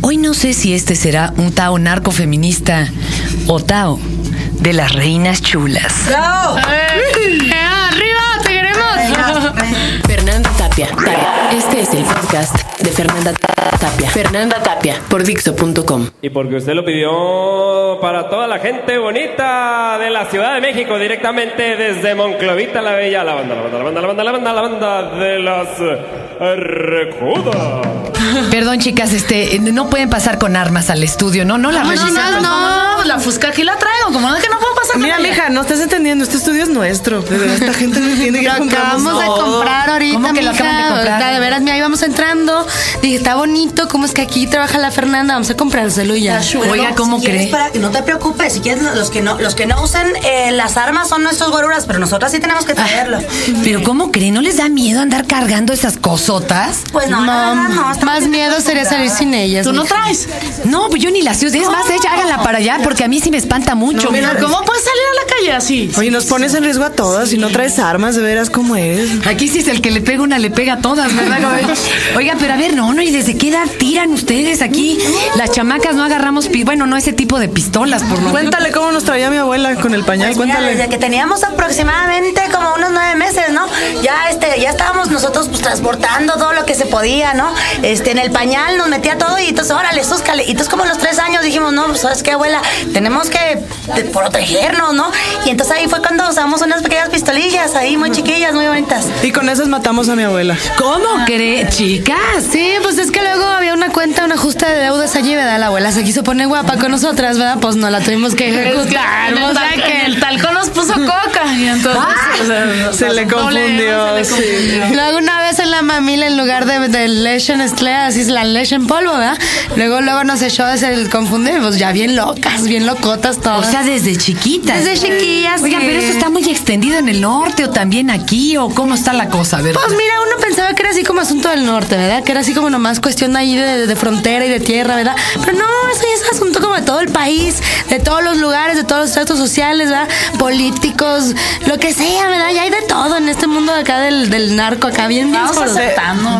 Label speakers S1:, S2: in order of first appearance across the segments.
S1: Hoy no sé si este será un Tao narcofeminista o Tao de las reinas chulas.
S2: ¡Bravo!
S3: Eh, ¡Arriba! ¡Te queremos!
S4: Fernanda Tapia. Tapia. Este es el podcast de Fernanda Tapia. Fernanda Tapia por Dixo.com.
S5: Y porque usted lo pidió para toda la gente bonita de la Ciudad de México, directamente desde Monclovita la Bella, la banda, la banda, la banda, la banda, la banda, la banda de las eh, Recudas.
S1: Perdón, chicas, este, no pueden pasar con armas al estudio, ¿no? No la
S3: No, no,
S1: registraron.
S3: no, no, la fusca aquí la traigo. Como no es que no puedo pasar
S2: Mira,
S3: con ella.
S2: mija, no estás entendiendo. Este estudio es nuestro. De verdad, esta gente no entiende que
S3: Lo
S2: compramos
S3: acabamos de
S2: todo.
S3: comprar ahorita,
S1: ¿Cómo que lo
S3: mija.
S1: acaban de comprar?
S3: Ahorita, de veras, mira, ahí vamos entrando. Dije, está bonito, ¿cómo es que aquí trabaja la Fernanda? Vamos a comprárselo y ya.
S1: Oiga, ¿cómo
S6: si quieres,
S1: cree?
S6: para que no te preocupes, si quieres, los que no, los que no usan eh, las armas son nuestros guaruras, pero nosotras sí tenemos
S1: Ah,
S6: que traerlo.
S1: Pero ¿cómo creen? ¿No les da miedo andar cargando esas cosotas?
S6: Pues no, no, no, no, estamos
S3: más
S6: bien
S3: miedo sería salir sin ellas.
S2: Tú no
S3: mija.
S2: traes.
S1: No, pues yo ni las ciudad. Es más, ella, háganla para allá porque a mí sí me espanta mucho.
S2: mira,
S3: ¿Cómo puedes salir a la calle así?
S2: Oye, nos pones en riesgo a todos. Si no traes armas, de veras, ¿cómo eres?
S1: Aquí sí es el que le pega una, le pega a todas, ¿verdad? Gabriel? Oiga, pero a ver, no, no, ¿y desde qué edad tiran ustedes aquí? Las chamacas no agarramos, pi- bueno, no ese tipo de pistolas, por lo menos.
S2: Cuéntale cómo nos traía mi abuela con el pañal.
S6: Pues mira,
S2: Cuéntale.
S6: desde que teníamos aproximadamente como unos nueve meses, ¿no? Ya este, ya estábamos nosotros pues transportando todo lo que se podía, ¿no? Este, en el pañal nos metía todo y entonces, órale, súscale. Y entonces como a los tres años dijimos, no, pues sabes qué, abuela, tenemos que te- protegernos, ¿no? Y entonces ahí fue cuando usamos unas pequeñas pistolillas ahí, muy chiquillas, muy bonitas.
S2: Y con esas matamos a mi abuela.
S1: ¿Cómo cree, chicas?
S3: Sí, pues es que luego había una cuenta, una justa de deudas allí, ¿verdad? La abuela se quiso poner guapa con nosotras, ¿verdad? Pues no la tuvimos que ejecutar. o sea, que el talco nos puso coca. Y entonces,
S1: Ah,
S3: o sea,
S2: Se le
S1: ¿eh?
S3: doble,
S2: confundió.
S3: ¿no? Se le
S2: sí.
S3: confundió. Luego una vez en la mamila, en lugar de, de leche en esclera, así es la leche en polvo, ¿verdad? Luego, luego nos echó ese- el confundir, pues ya bien locas, bien locotas
S1: O
S3: todas.
S1: sea, desde chiquitas.
S3: Desde chiquillas,
S1: Oiga,
S3: sí.
S1: pero eso está muy extendido en el norte o también aquí, o cómo está la cosa, ¿verdad?
S3: Pues mira, uno pensaba que era así como asunto del norte, ¿verdad? Que era así como nomás cuestión ahí de, de frontera y de tierra, ¿verdad? Pero no, eso ya es asunto como de todo el país, de todos los lugares, de todos los tratos sociales, ¿verdad? Políticos, lo que sea, ¿verdad? Ya hay de todo en este mundo acá del, del narco, acá bien bien
S2: De-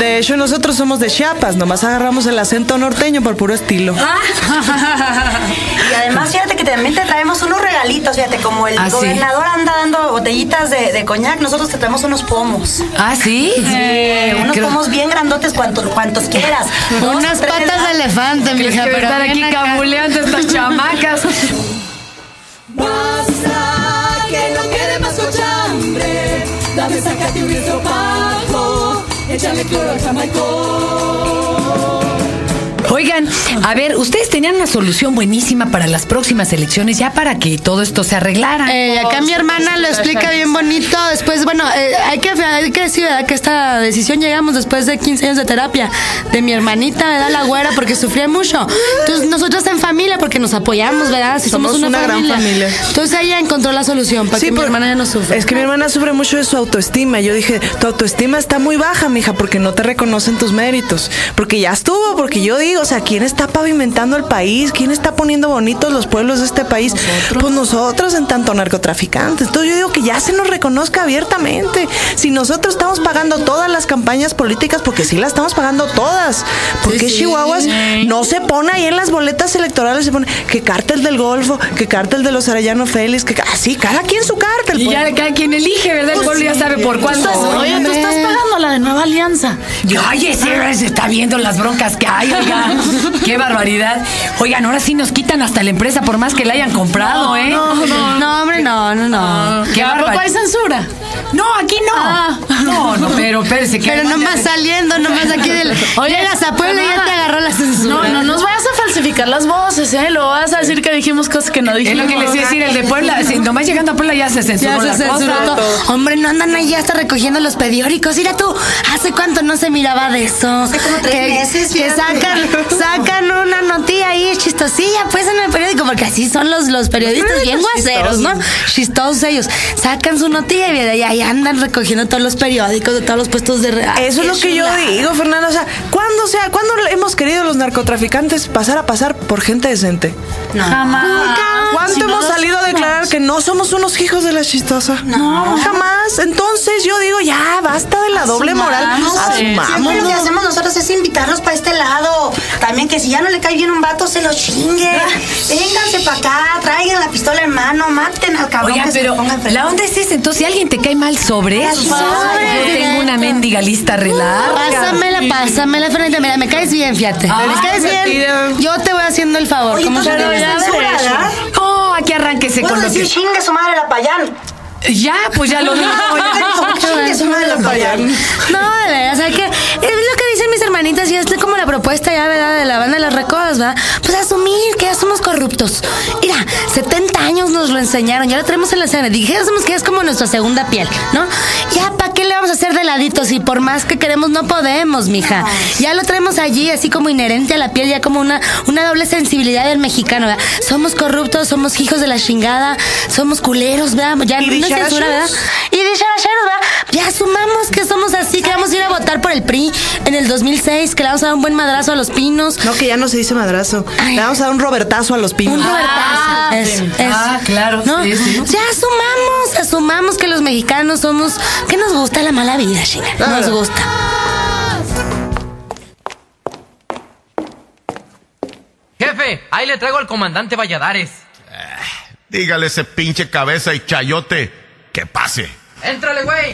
S2: de hecho, nosotros somos de Chiapas. Nomás agarramos el acento norteño por puro estilo.
S6: Y además, fíjate que también te traemos unos regalitos, fíjate, como el
S1: Ah, sí.
S6: gobernador anda dando botellitas de, de coñac, nosotros te traemos unos pomos.
S1: ¿Ah, sí?
S6: Eh, unos
S1: creo-
S6: pomos bien grandotes, cuantos, cuantos quieras. Dos,
S3: Unas
S6: tres,
S3: patas
S6: ¿verdad?
S3: de elefante,
S1: Creo
S3: mija,
S1: que
S3: pero
S1: estar aquí
S3: bien acá.
S1: cabuleando estas chamacas.
S7: Basta que no quede más cochambre. Dame sacate un estropajo. Échale cloro al jamaicón.
S1: Oigan, a ver, ustedes tenían una solución buenísima para las próximas elecciones ya para que todo esto se arreglara.
S3: Eh, acá mi hermana lo explica bien bonito. Después, bueno, eh, hay, que, hay que decir, ¿verdad? Que esta decisión llegamos después de 15 años de terapia de mi hermanita, ¿verdad? La güera, porque sufría mucho. Entonces, nosotras en familia, porque nos apoyamos, ¿verdad? Si somos,
S2: Somos una gran familia.
S3: Entonces, ella encontró la solución para que mi
S2: por-
S3: hermana ya no sufra.
S2: Es que mi hermana sufre mucho de su autoestima. Yo dije, tu autoestima está muy baja, mija, porque no te reconocen tus méritos. Porque ya estuvo, porque yo digo, o sea, ¿quién está pavimentando el país? ¿Quién está poniendo bonitos los pueblos de este país? Pues nosotros, en tanto narcotraficantes. Entonces yo digo que ya se nos reconozca abiertamente. Si nosotros estamos pagando todas las campañas políticas, porque sí las estamos pagando todas. Porque
S3: sí.
S2: Chihuahuas no se pone ahí en las boletas electorales, se pone que cártel del Golfo, que cártel de los Arellano Félix, que así, cada quien su cártel.
S1: Y
S2: pues.
S1: ya cada quien elige, ¿verdad? El pueblo
S3: Pues
S1: ya sabe por cuánto.
S3: Oye, tú estás pagando la de Nueva Alianza.
S1: Y, Oye,
S3: Ah.
S1: Sierra se está viendo las broncas que hay, oigan. Qué barbaridad. Oigan, ahora sí nos quitan hasta la empresa por más que la hayan comprado, ¿eh?
S3: No, no, no, hombre, no, no, no.
S1: Qué
S3: ¿A poco
S1: barbaridad.
S3: hay censura?
S1: No, aquí no.
S3: Ah.
S1: No, no, pero espérense que.
S3: Pero nomás saliendo, nomás aquí del. Oye, las apueblo y ya te agarró la
S8: No,
S3: censura.
S8: no nos vayas a falsificar las voces, ¿eh? Lo vas a decir que dijimos cosas que no
S1: Es
S8: dijimos.
S1: lo que les iba a decir, el de Puebla. si nomás llegando a Puebla ya se censuró
S3: Ya se
S1: la
S3: censuró
S1: cosa.
S3: todo. Hombre, no andan ahí hasta recogiendo los periódicos. Mira tú, ¿hace cuánto no se miraba de eso?
S6: Hace como tres
S3: Que-
S6: meses,
S3: Que
S6: fíjate.
S3: sacan, sacan una notilla ahí
S6: ir chistosilla, pues en el periódico, porque así son los, los periodistas bien guaceros, ¿no? Chistosos ellos. Sacan su notilla y de ahí andan recogiendo todos los periódicos de todos los puestos de. re- Ay,
S2: Eso es lo
S6: qué
S2: que yo
S6: chulada.
S2: digo, Fernanda. O sea, ¿cuándo, sea, ¿cuándo hemos querido los narcotraficantes pasar a pasar por gente decente?
S6: No.
S8: Jamás.
S2: ¿Cuánto
S8: Si no
S2: hemos
S8: los
S2: salido a
S8: somos.
S2: declarar que no somos unos hijos de la chistosa? No. Jamás. Entonces yo digo, ya, basta de la doble moral.
S8: Asumamos.
S6: Siempre lo que
S2: Asumamos.
S6: hacemos nosotros es invitarlos para este lado. También que si ya no le cae bien un vato, se lo chingue.
S1: Ah.
S6: Vénganse para acá, traigan la pistola en mano, maten al cabrón
S1: Oiga,
S6: que se
S1: pero
S6: ponga enfrente.
S1: la onda es esa. Entonces, si alguien te cae mal sobre,
S6: Ay, sobre,
S1: yo tengo
S6: directo.
S1: una mendiga lista relarga.
S3: Pásamela, pásamela, Fernanda. Mira, me caes bien, fíjate.
S1: Ah,
S3: me caes bien.
S2: mira.
S3: Yo te voy haciendo el favor.
S6: Oye,
S3: como
S6: entonces,
S3: siempre.
S6: ¿no
S3: Ya
S6: estás
S3: ves.
S6: segura, verdad?
S1: Oh, aquí arránquese
S6: Puedo
S1: con lo
S6: decir
S1: que.
S6: chingue su madre la payán.
S1: Ya, pues ya lo dijo.
S6: Oye, chingue su madre la payán.
S3: No, de veras, hay que. Es lo que dicen mis hermanitas y es como la propuesta ya, ¿verdad? De la banda de las recodas, ¿verdad? Pues asumir que ya somos corruptos. Mira, 70 años nos lo enseñaron, ya lo tenemos en la sangre. Dijésemos que es como nuestra segunda piel, ¿no? Ya, ¿para qué le vamos a hacer de ladito si por más que queremos no podemos, mija? Ya lo traemos allí, así como inherente a la piel, ya como una, una doble sensibilidad del mexicano, ¿verdad? Somos corruptos, somos hijos de la chingada, somos culeros, ¿verdad? Ya
S2: ¿Y
S3: no es
S2: dicharachos?
S3: censura, ¿verdad? Y de characheros, ¿verdad? Ya asumamos que somos así, que vamos a ir a votar por el PRI en el 2006, que le vamos a dar un buen madrazo a los pinos.
S2: No, que ya no se dice madrazo.
S3: Ay.
S2: Le vamos a dar un robertazo a los pinos.
S3: Un robertazo.
S1: Ah,
S3: Eso,
S1: sí.
S3: eso.
S1: Ah, claro,
S3: ¿No?
S1: sí, sí.
S3: Ya asumamos, asumamos que los mexicanos somos. que nos gusta la mala vida, chinga. Nos gusta.
S9: Jefe, ahí le traigo al comandante Valladares.
S10: Dígale ese pinche cabeza y chayote que pase.
S9: Éntrale, güey.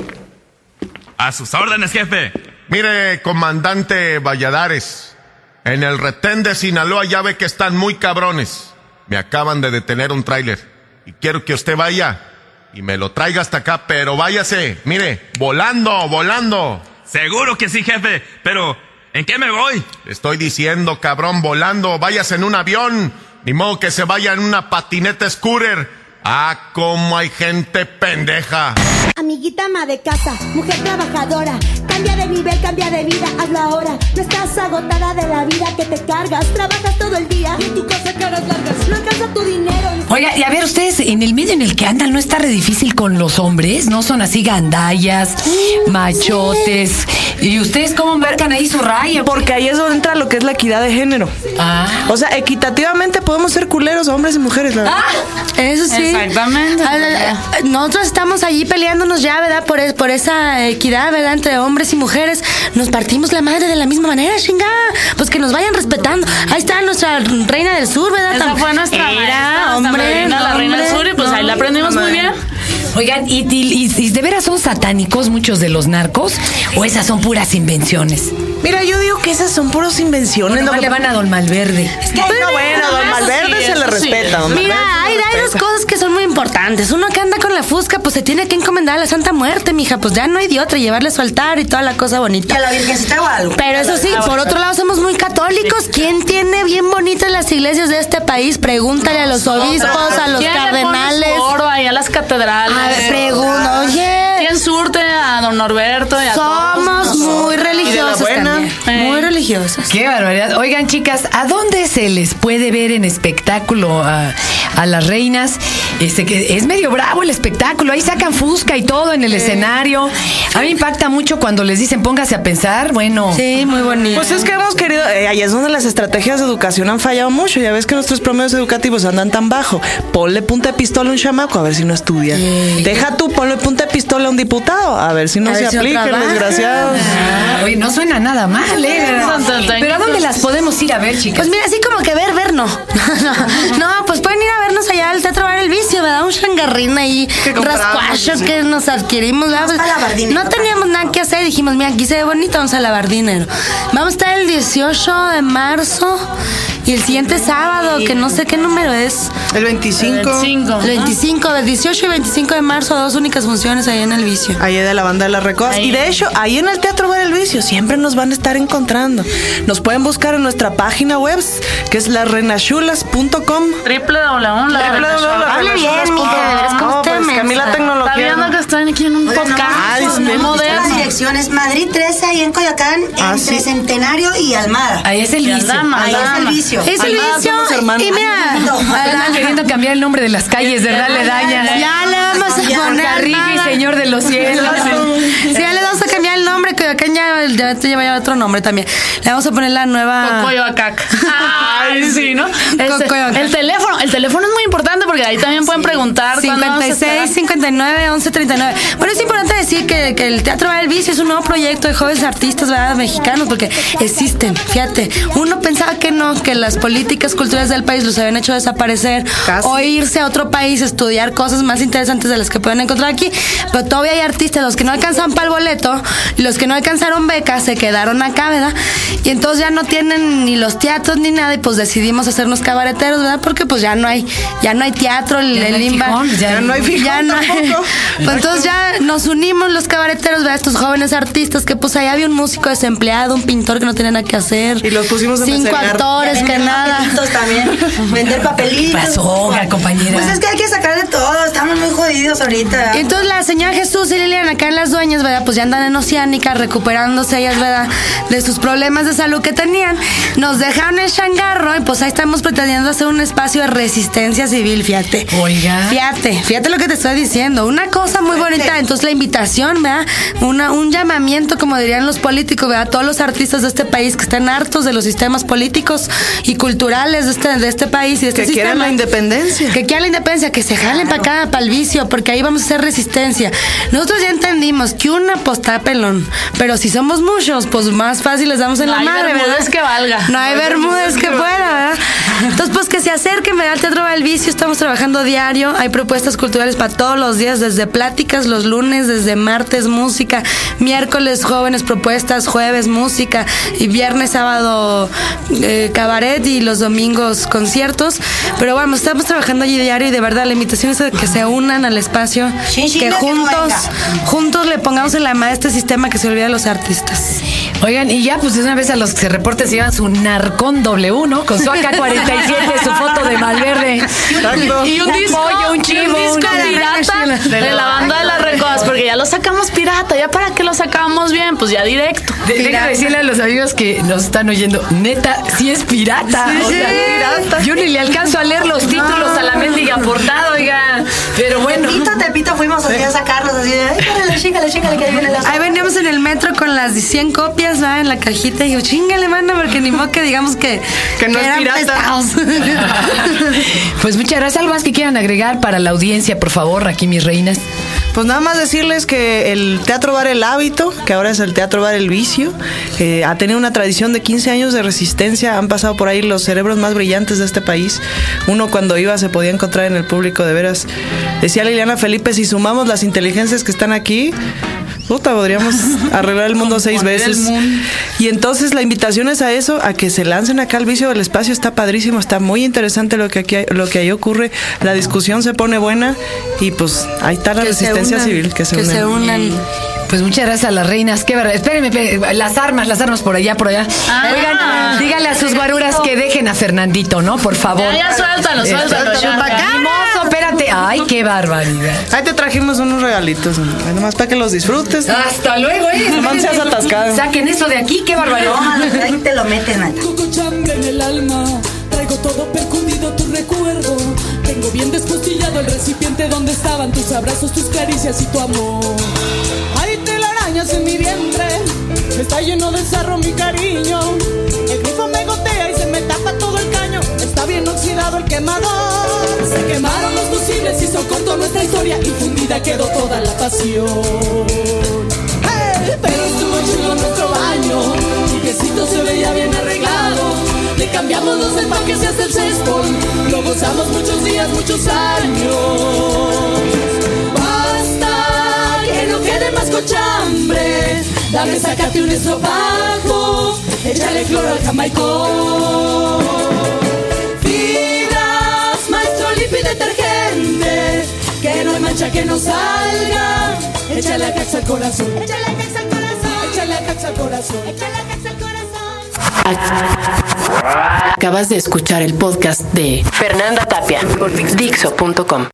S11: A sus órdenes, jefe.
S10: Mire, comandante Valladares, en el retén de Sinaloa ya ve que están muy cabrones. Me acaban de detener un tráiler y quiero que usted vaya y me lo traiga hasta acá, pero váyase, mire, volando, volando.
S11: Seguro que sí, jefe. Pero, ¿en qué me voy?
S10: Le estoy diciendo, cabrón, volando, váyase en un avión, ni modo que se vaya en una patineta scooter. Ah, cómo hay gente pendeja.
S7: Amiguita ama de casa, mujer trabajadora, cambia de nivel, cambia de vida, hazlo ahora. No estás agotada de la vida que te cargas, trabajas todo el día y en tu casa caras largas. No alcanza tu dinero.
S1: Oiga, y a ver, ustedes, en el medio en el que andan, ¿no está re difícil con los hombres? ¿No son así gandallas, machotes? ¿Y ustedes cómo marcan ahí su raya?
S2: Porque ahí es donde entra lo que es la equidad de género.
S1: Ah.
S2: O sea, equitativamente podemos ser culeros, hombres y mujeres. La verdad.
S3: Eso sí.
S8: Exactamente.
S3: A la- a- Nosotros estamos allí peleándonos ya, ¿verdad? Por, es- por esa equidad, ¿verdad? Entre hombres y mujeres. Nos partimos la madre de la misma manera, chingada. Pues que nos vayan respetando. Ahí está nuestra reina del sur, ¿verdad?
S8: Esa
S3: Tan-
S8: fue nuestra
S3: Era,
S8: maestra,
S3: hombre,
S8: nuestra madrina, la reina del
S3: hombre,
S8: sur, y pues ahí la
S3: hombre.
S8: aprendimos muy bien.
S1: Oigan, ¿y, y- y- y de veras son satánicos muchos de los narcos? ¿O esas son puras invenciones?
S2: Mira, yo digo que esas son puros invenciones.
S1: Bueno,
S2: lo
S1: nomás
S2: que-
S1: le van a Don Malverde.
S2: Pero bueno, don Malverde se le respeta. don
S3: Mira,
S2: Malverde
S3: hay,
S2: se le
S3: hay dos
S2: respeta.
S3: cosas que son muy importantes. Uno que anda con la fusca, pues se tiene que encomendar a la Santa Muerte, mija. Pues ya no hay de otra, llevarle su altar y toda la cosa bonita.
S6: Y a la Virgencita o algo.
S3: Pero eso sí, por otro lado somos muy católicos. ¿Quién tiene bien bonitas las iglesias de este país? Pregúntale a los obispos, a los
S8: ¿Quién le pone
S3: cardenales.
S8: su oro ahí a las catedrales?
S3: A ver, pregunto, oye,
S8: ¿Quién surte a don Norberto y a
S3: somos muy religiosos
S2: buena.
S3: también. Muy
S8: Eh.
S3: religiosos.
S1: Qué barbaridad. Oigan, chicas, ¿a dónde se les puede ver en espectáculo a, a las reinas? Este que es medio bravo el espectáculo, ahí sacan fusca y todo en el escenario. A mí me impacta mucho cuando les dicen póngase a pensar, bueno.
S3: Sí, muy bonito.
S2: Pues es que hemos querido, eh, ahí es donde las estrategias de educación han fallado mucho. Ya ves que nuestros promedios educativos andan tan bajo. Ponle punta de pistola a un chamaco a ver si no estudia. Deja tú, ponle punta de pistola a un diputado a ver si no
S3: A
S2: se
S3: ver si no
S2: aplica,
S3: trabaja.
S2: desgraciados.
S1: Ah, oye, no suena nada mal, ¿eh? Pero ¿a dónde las podemos ir a ver, chicas?
S3: Pues mira, así como que ver, ver no. no, pues pueden ir a vernos allá al Teatro Bar El Vicio, ¿verdad? Un changarrín ahí, rascuacho que nos adquirimos, ¿verdad? Pues,
S6: Vamos a la Bardinero.
S3: no teníamos nada que hacer, dijimos, mira, aquí se ve bonito, vamos a la Bardinero. Vamos a estar el 18 de marzo y el siguiente sábado, que no sé qué número es,
S2: El 25.
S8: 5.
S3: el 25, del 18 y 25 de marzo, dos únicas funciones ahí en El Vicio.
S2: Ahí de la banda de las recodas. Y de hecho, ahí en el Teatro Bar El Vicio siempre nos van a estar encontrando. Nos pueden buscar en nuestra página web, que es lasrenachulas.com.
S8: Triple W. la
S2: Hable
S8: verdad.
S6: Hable bien, mija, de veras, ¿cómo
S2: No,
S6: usted?
S2: pues sabes que a mí la tecnología.
S8: Está viendo que están aquí en un
S6: Oigan,
S8: podcast.
S6: nomás les
S8: no
S6: ponemos
S8: moderno.
S6: las direcciones Madrid 13 ahí en Coyoacán,
S1: Ah,
S6: entre Centenario y Almada.
S1: Ahí es el
S6: Y
S1: vicio.
S6: Aldama, Ahí es el
S1: Aldama.
S6: vicio.
S1: Es el
S6: Almada
S1: vicio,
S6: son los hermanos.
S1: y mira, Andan queriendo cambiar el nombre de las calles, ¿verdad? Le dañan.
S3: Ya le vamos a
S1: Por
S3: poner
S1: Carrillo y
S3: Almada.
S1: Señor de los Cielos.
S3: Sí, ya le vamos a cambiar el nombre. Coyoacán ya, ya te lleva ya otro nombre también. Le vamos a poner la
S1: Ah.
S3: nueva.
S8: Coyoacac. Ay, sí, ¿no? Este,
S3: Coyoacac.
S8: el teléfono, el teléfono es muy importante porque ahí también pueden preguntar cuándo vamos a
S3: 56,
S8: estar.
S3: 59, 11, 39. Bueno, es importante decir que, que el Teatro del Vicio es un nuevo proyecto de jóvenes artistas ¿verdad? mexicanos, porque existen, fíjate. Uno pensaba que no, que las políticas culturales del país los habían hecho desaparecer o irse a otro país, estudiar cosas más interesantes de las que pueden encontrar aquí. Pero todavía hay artistas, los que no alcanzan para el boleto, y los que no alcanzaron becas, se quedaron acá, ¿verdad? Y entonces ya no tienen ni los teatros ni nada, y pues decidimos hacernos cabareteros, ¿verdad? Porque pues ya no hay, ya no hay teatro, el,
S1: Ya no
S3: el
S1: hay
S3: Imba-
S1: fijón, ya
S2: Ya no hay fijón
S3: ya no hay-
S2: tampoco.
S3: Pues entonces ya nos unimos los cabareteros, ¿verdad? Estos jóvenes artistas que pues allá había un músico desempleado, un pintor que no tenía nada que hacer.
S2: Y los pusimos de
S3: Cinco
S2: meserear.
S3: actores que
S6: Vender
S3: nada.
S6: papelitos también. Vender papelitos.
S1: ¿Qué pasó, compañera?
S6: Pues es que hay que sacar de todo. Estamos muy jodidos ahorita.
S3: Y entonces la señora Jesús y Liliana acá en las dueñas, ¿verdad? Pues ya andan en Oceánica recuperándose ellas, ¿verdad? De sus problemas de salud que tenían. Nos dejaron en Shangarro y pues ahí estamos pretendiendo hacer un espacio de resistencia civil, fíjate.
S1: Oiga.
S3: Fíjate, fíjate lo que te estoy diciendo. Una cosa muy bonita, entonces la invitación, ¿verdad? Una, un llamamiento, como dirían los políticos, ¿verdad? Todos los artistas de este país que están hartos de los sistemas políticos y culturales de este, de este país y de este
S2: Que quieran
S3: sistema.
S2: la independencia.
S3: Que quieran la independencia, que se jalen para acá, para el vicio, porque ahí vamos a hacer resistencia. Nosotros ya entendimos que una pues está pelón, pero si somos muchos, pues más fácil les damos en
S8: No
S3: la
S8: hay
S3: madre,
S8: Bermúdez
S3: ¿verdad?
S8: que valga.
S3: No hay Bermúdez que pueda, ¿verdad? Entonces, pues que se acerquen, me da el Teatro del Vicio, estamos trabajando diario, hay propuestas culturales para todos los días, desde pláticas los lunes, desde martes música, miércoles jóvenes propuestas, jueves música y viernes, sábado eh, cabaret y los domingos conciertos. Pero bueno, estamos trabajando allí diario y de verdad la invitación es a que se unan al espacio,
S6: Sí, sí,
S3: que
S6: no, que no
S3: juntos,
S6: venga.
S3: juntos le pongamos en la mano este sistema que se olvida de los artistas.
S1: Oigan, y ya, pues de una vez a los que se reporten se llevan su narcón doble uno con su AK-47, su foto de Malverde.
S8: Y un disco,
S1: pollo, un chivo,
S8: y un disco
S1: una-
S8: pirata de la, banda de las recodas, porque ya lo sacamos pirata, ya para que lo sacamos bien, pues ya directo.
S1: De- Deja de decirle a los amigos que nos están oyendo, neta, sí es pirata. o sea, Yo ni le alcanzo a leer los títulos a la mendiga portada, oiga. Pero bueno.
S6: Tepito, Tepito, fuimos así a sacarlos. Así de, ay, chécale, chícale, chícale, que ahí viene la
S3: Ahí veníamos en el metro con las 100 copias ¿verdad? en la cajita y yo, chingale, manda, porque ni modo que digamos que,
S2: Que no es
S3: eran
S2: pirata.
S3: pescados.
S1: Pues muchas gracias. ¿Algo más que quieran agregar para la audiencia, por favor, aquí mis reinas?
S2: Pues nada más decirles que el Teatro Bar El Hábito, que ahora es el Teatro Bar El Vicio, eh, ha tenido una tradición de 15 años de resistencia. Han pasado por ahí los cerebros más brillantes de este país. Uno cuando iba se podía encontrar en el público, de veras. Decía Liliana Felipe, si sumamos las inteligencias que están aquí, puta, podríamos arreglar el mundo seis veces. Y entonces la invitación es a eso, a que se lancen acá al vicio del espacio. Está padrísimo, está muy interesante lo que aquí, lo que ahí ocurre. La discusión se pone buena y pues ahí está la
S3: Que se
S2: resistencia
S3: unan,
S2: civil que se
S3: que se
S2: unen.
S3: unan.
S1: Pues muchas gracias a las reinas. Qué verdad. Espérenme, espérenme, las armas, las armas por allá, por allá.
S8: Ah.
S1: Oigan, dígale a sus guaruras que dejen a Fernandito, ¿no? Por favor.
S8: Ya, ya suéltalo,
S1: Este,
S8: suéltalo. ya.
S1: Mimoso, espérate. Ay, qué barbaridad.
S2: Ahí te trajimos unos regalitos, ahí nomás para que los disfrutes.
S1: Hasta luego, ¿eh?
S2: Nomás seas atascado.
S1: Saquen eso de aquí, qué barbaridad.
S6: No, ahí te lo metes, Nata.
S12: Tengo chambre en el alma, traigo todo percundido tu recuerdo. Tengo bien despostillado el recipiente donde estaban tus abrazos, tus caricias y tu amor. Hay telarañas en mi vientre, está lleno de sarro mi cariño. El grifo me gotea y se me tapa todo el caño, está bien oxidado el quemador. Se quemaron los fusibles, hizo corto nuestra historia y fundida quedó toda la pasión. ¡Hey! Pero estuvo chulo nuestro baño Tu quesito se veía bien arreglado Le cambiamos los empaques y hasta el céspol Lo gozamos muchos días, muchos años Basta que no quede más cochambre Dame, sácate un estropajo Échale cloro al jamaicón Fibras, maestro limpio y detergente. Que no hay mancha que no salga. Échale la caxa al corazón. Échale la caxa al corazón. Échale la caxa al corazón. Échale la caxa al corazón.
S4: Acabas de escuchar el podcast de Fernanda Tapia por Dixo.com.